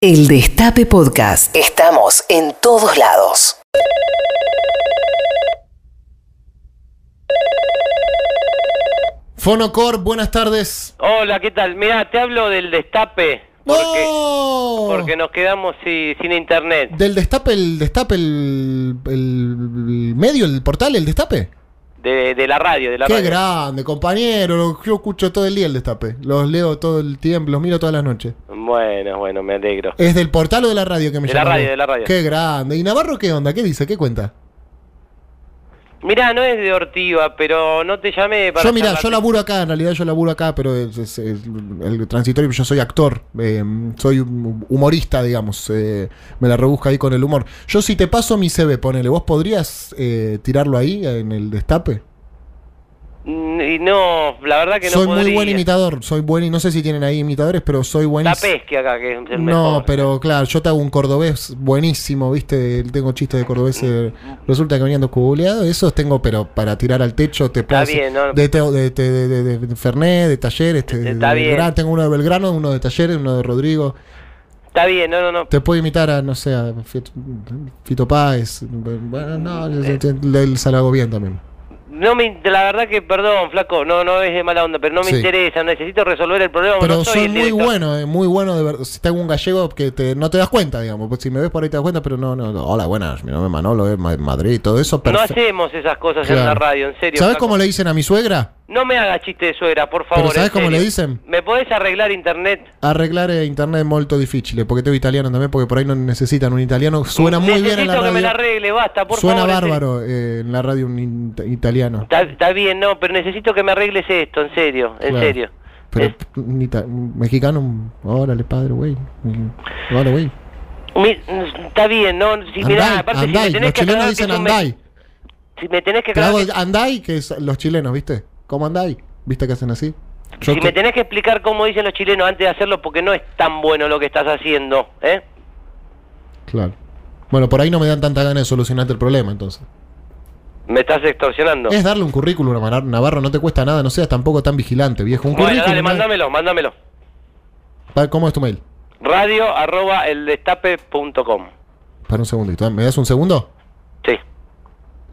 El Destape Podcast. Estamos en todos lados. Fonocor, buenas tardes. Hola, ¿qué tal? Mira, te hablo del destape. Porque, Oh. ¡No! porque nos quedamos si- sin internet. Del destape, el destape, el, el medio, el portal, el destape. De, de la radio, de la Qué radio. grande, compañero. lo- Yo escucho todo el día el destape. Los leo todo el tiempo, los miro todas las noches. Bueno, bueno, me alegro. ¿Es del portal o de la radio que me De la llama? radio, de la radio. Qué grande. ¿Y Navarro qué onda? ¿Qué dice? ¿Qué cuenta? Mirá, no es de Ortiva, pero no te llamé para... Yo, mira, charlar- yo laburo acá, en realidad yo laburo acá, pero es- es- es el transitorio, yo soy actor, eh, soy un humorista, digamos, eh, me la rebusca ahí con el humor. Yo si te paso mi CV, ponele, ¿vos podrías eh, tirarlo ahí en el destape? Mm, Y no, la verdad que no soy muy podría. buen imitador, soy buen, y no sé si tienen ahí imitadores, pero soy La buenísimo. pesque acá, que es el No, mejor. pero claro, yo te hago un cordobés buenísimo, viste, tengo chistes de cordobés, eh, resulta que venían dos cubuleados, esos tengo, pero para tirar al techo te puedo Está hacer bien, ¿no? de, te- de, de, de, de- de Fernet, de Talleres, te- de Está bien. Belgrano, tengo uno de Belgrano, uno de Talleres, uno de Rodrigo, Está bien, no, no, no. te puedo imitar a, no sé, a Fito, Fito Páez, bueno, no, el, el Salagobien también. No me, in- la verdad que, perdón, flaco, no, no es de mala onda, pero no me Sí. interesa, necesito resolver el problema. Pero no soy, soy el muy director. bueno, eh, muy bueno de verdad. Si tengo un gallego que te- no te das cuenta, digamos. Pues si me ves por ahí te das cuenta, pero no, no. no. Hola, buenas, mi nombre es Manolo, es Ma- Madrid y todo eso. No perfecto. hacemos esas cosas en la Claro. radio, en serio. ¿Sabes flaco. cómo le dicen a mi suegra? No me hagas chiste de suegra, por favor. Pero ¿sabes en cómo serio. le dicen? ¿Me podés arreglar internet? Arreglar eh, internet es molto difícil, porque tengo italiano también, porque por ahí no necesitan un italiano. Suena muy bien en la Necesito que me la radio. arregle, basta, por Suena favor. este. en serio. bárbaro eh, en la radio un in- italiano. Está, está bien, no, pero necesito que me arregles esto, en serio, en Claro. serio. Pero Es- un ita- un mexicano, órale, padre, güey. Mm, Órale, güey. mi- está bien, no, si mirá, Andai, aparte si me andai. tenés Los que aclarar chilenos que dicen sos me- andai. Si me tenés que Te aclarar hago que- el andai, que es los chilenos, ¿viste? ¿Cómo andai? ¿Viste que hacen así? Yo si te- me tenés que explicar cómo dicen los chilenos antes de hacerlo, porque no es tan bueno lo que estás haciendo, ¿eh? Claro. Bueno, por ahí no me dan tanta ganas de solucionarte el problema, entonces. Me estás extorsionando. Es darle un currículum a Mar- Navarro, no te cuesta nada, no seas tampoco tan vigilante, viejo. Un Bueno, currículum. ¿eh? dale, mándamelo, mándamelo. Pa- ¿Cómo es tu mail? Radio arroba eldestape.com. Para un segundito. ¿eh? ¿Me das un segundo? Sí.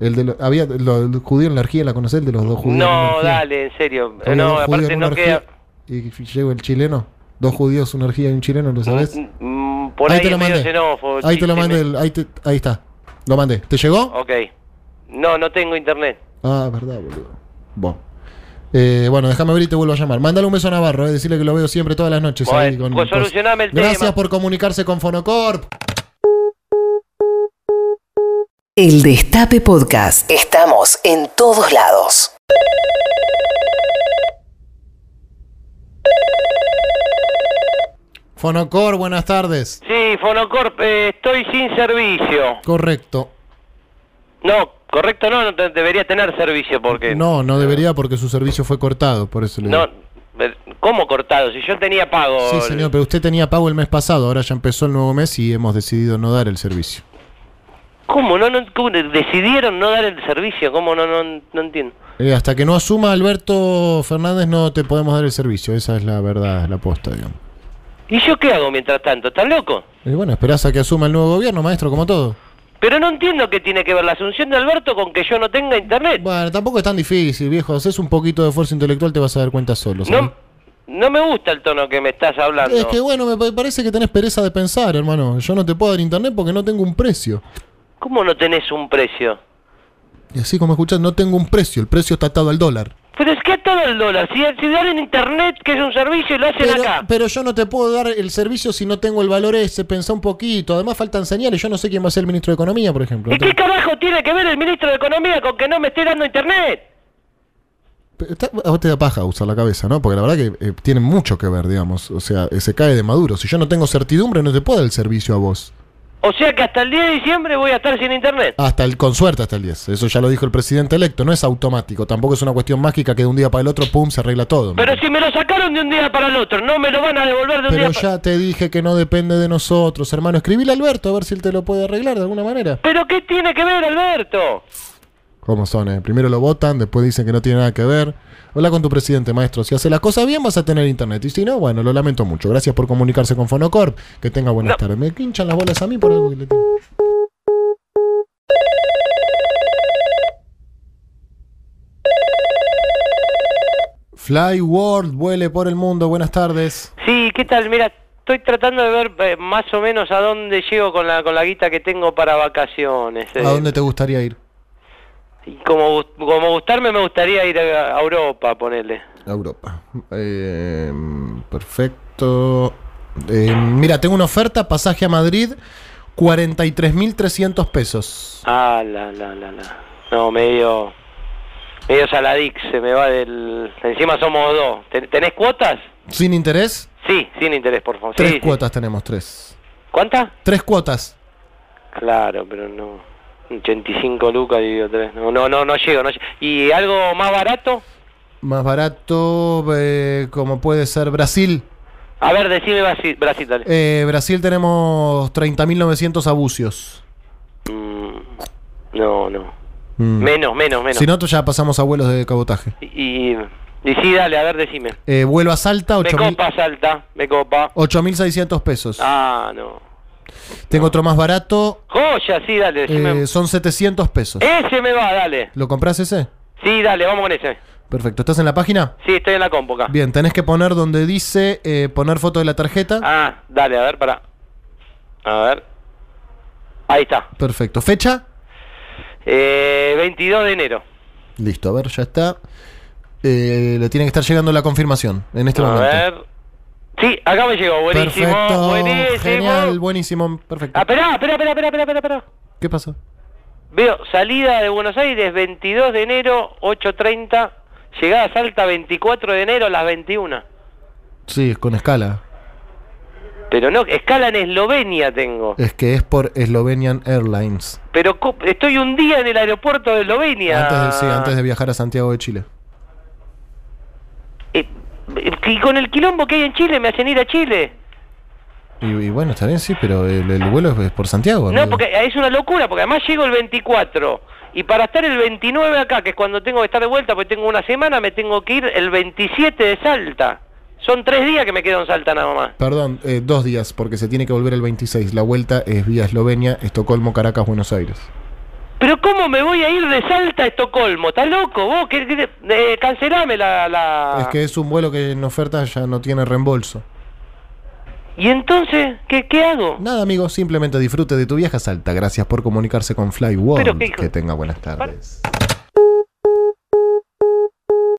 El de lo- había lo, el judío en la orgía, ¿la conocés? El de los dos judíos. en la No, orgía. dale, en serio. Había No, dos judíos aparte en una no queda. orgía Y llegó el chileno. Dos judíos, una orgía y un chileno, ¿lo sabes? Mm, Por ahí, te lo es medio mandé. xenófobo, ahí te chiste, lo mandé. me- Oh. el- ahí, te- ahí está. Lo mandé. ¿Te llegó? Ok. No, no tengo internet. Ah, verdad, boludo. Bueno. Eh, bueno, déjame ver y te vuelvo a llamar. Mándale un beso a Navarro, eh, decirle que lo veo siempre todas las noches. Bueno, ahí con- pues solucioname el Gracias tema. por comunicarse con Fonocorp. El Destape Podcast. Estamos en todos lados. Fonocor, buenas tardes. Sí, Fonocorp, eh, estoy sin servicio. Correcto. No, correcto, no, no te- debería tener servicio porque. No, no debería porque su servicio fue cortado, por eso le digo. No, pero, ¿cómo cortado? Si yo tenía pago. Sí, el- señor, pero usted tenía pago el mes pasado, ahora ya empezó el nuevo mes y hemos decidido no dar el servicio. ¿Cómo? No, no, cómo de- decidieron no dar el servicio. ¿Cómo? No, no, no entiendo. Eh, hasta que no asuma Alberto Fernández no te podemos dar el servicio, esa es la verdad, la posta, digamos. ¿Y yo qué hago mientras tanto? ¿Están locos? Y bueno, esperás a que asuma el nuevo gobierno, maestro, como todo. Pero no entiendo qué tiene que ver la asunción de Alberto con que yo no tenga internet. Bueno, tampoco es tan difícil, viejo. Haces un poquito de esfuerzo intelectual, te vas a dar cuenta solo. ¿sabes? No, no me gusta el tono que me estás hablando. Es que bueno, me pa- parece que tenés pereza de pensar, hermano. Yo no te puedo dar internet porque no tengo un precio. ¿Cómo no tenés un precio? Y así como escuchás, no tengo un precio. El precio está atado al dólar. Pero es que a todo el dólar, si, si dan en internet, que es un servicio, y lo hacen Pero, acá. pero yo no te puedo dar el servicio si no tengo el valor ese. Pensá un poquito. Además faltan señales. Yo no sé quién va a ser el ministro de Economía, por ejemplo. ¿Y qué carajo tiene que ver el ministro de Economía con que no me esté dando internet? Pero está- a vos te da paja usar la cabeza, ¿no? Porque la verdad que eh, tiene mucho que ver, digamos. O sea, eh, se cae de maduro. Si yo no tengo certidumbre, no te puedo dar el servicio a vos. O sea que hasta el 10 de diciembre voy a estar sin internet. Hasta el, con suerte hasta el 10. Eso ya lo dijo el presidente electo. No es automático. Tampoco es una cuestión mágica que de un día para el otro, pum, se arregla todo. ¿me Pero entiendes? si me lo sacaron de un día para el otro, no me lo van a devolver de un Pero día para ya te dije que no depende de nosotros, hermano. Escribile a Alberto a ver si él te lo puede arreglar de alguna manera. ¿Pero qué tiene que ver, Alberto? ¿Cómo son? eh? Primero lo votan, después dicen que no tiene nada que ver. Habla con tu presidente, maestro. Si hace las cosas bien, vas a tener internet. Y si no, bueno, lo lamento mucho. Gracias por comunicarse con Fonocorp. Que tenga buenas No. tardes. Me hinchan las bolas a mí por algo que le tengo. Fly World, vuele por el mundo. Buenas tardes. Sí, ¿qué tal? Mira, estoy tratando de ver eh, más o menos a dónde llego con la, con la guita que tengo para vacaciones. eh. ¿A dónde te gustaría ir? Y como, gust- como gustarme, me gustaría ir a a Europa, ponerle. A Europa. Eh, perfecto. Eh, mira, tengo una oferta, pasaje a Madrid, 43.300 pesos. Ah, la, la, la, la. No, medio. medio saladix, se me va del. Encima somos dos. ¿Ten- ¿Tenés cuotas? ¿Sin interés? Sí, sin interés, por favor. Tres Sí, sí. cuotas tenemos, tres. ¿Cuántas? Tres cuotas. Claro, pero no. 85 lucas dividido 3. No, no, no, no llego. No lle- ¿Y algo más barato? Más barato, eh, como puede ser Brasil. A ver, decime Brasil, Brasil dale. Eh, Brasil tenemos 30.900 abucios. Mm, no, no. Mm. Menos, menos, menos. Si no, tú ya pasamos a vuelos de cabotaje. Y, y, y sí, dale, a ver, decime. Eh, vuelo a Salta, Me 8.000 copa, Salta. Me copa. 8.600 pesos. Ah, no. Tengo otro más barato, Joya, sí, dale, decime. eh, son 700 pesos. Ese me va, dale. ¿Lo compras ese? Sí, dale, vamos con ese. Perfecto. ¿Estás en la página? Sí, estoy en la compu acá. Bien, tenés que poner donde dice eh, poner foto de la tarjeta. Ah, dale, a ver, para. A ver. Ahí está. Perfecto. ¿Fecha? Eh, 22 de enero. Listo, a ver, ya está. Eh, le tiene que estar llegando la confirmación en este a momento. ver. Sí, acá me llegó. Buenísimo, Perfecto. buenísimo. Genial, buenísimo. Perfecto. Ah, Esperá, esperá, esperá, esperá, esperá, esperá, esperá. ¿Qué pasó? Veo salida de Buenos Aires 22 de enero, 8.30. Llegada a Salta 24 de enero a las 21. Sí, es con escala. Pero no, escala en Eslovenia tengo. Es que es por Slovenian Airlines. Pero co- estoy un día en el aeropuerto de Eslovenia. Antes, de, sí, antes de viajar a Santiago de Chile. Eh, eh, y con el quilombo que hay en Chile, me hacen ir a Chile. Y, y bueno, está bien, sí, pero el, el vuelo es- es por Santiago. No, amigo. porque es una locura, porque además llego el 24. Y para estar el 29 acá, que es cuando tengo que estar de vuelta, porque tengo una semana, me tengo que ir el 27 de Salta. Son tres días que me quedo en Salta nada más. Perdón, eh, dos días, porque se tiene que volver el 26. La vuelta es vía Eslovenia, Estocolmo, Caracas, Buenos Aires. Pero ¿cómo me voy a ir de Salta a Estocolmo? ¿Estás loco vos? ¿Qué, qué- eh, cancelame la... la- Es que es un vuelo que en oferta ya no tiene reembolso. ¿Y entonces qué, qué hago? Nada, amigo, simplemente disfrute de tu viaje a Salta. Gracias por comunicarse con Fly World. Pero qué hijo- Que tenga buenas tardes.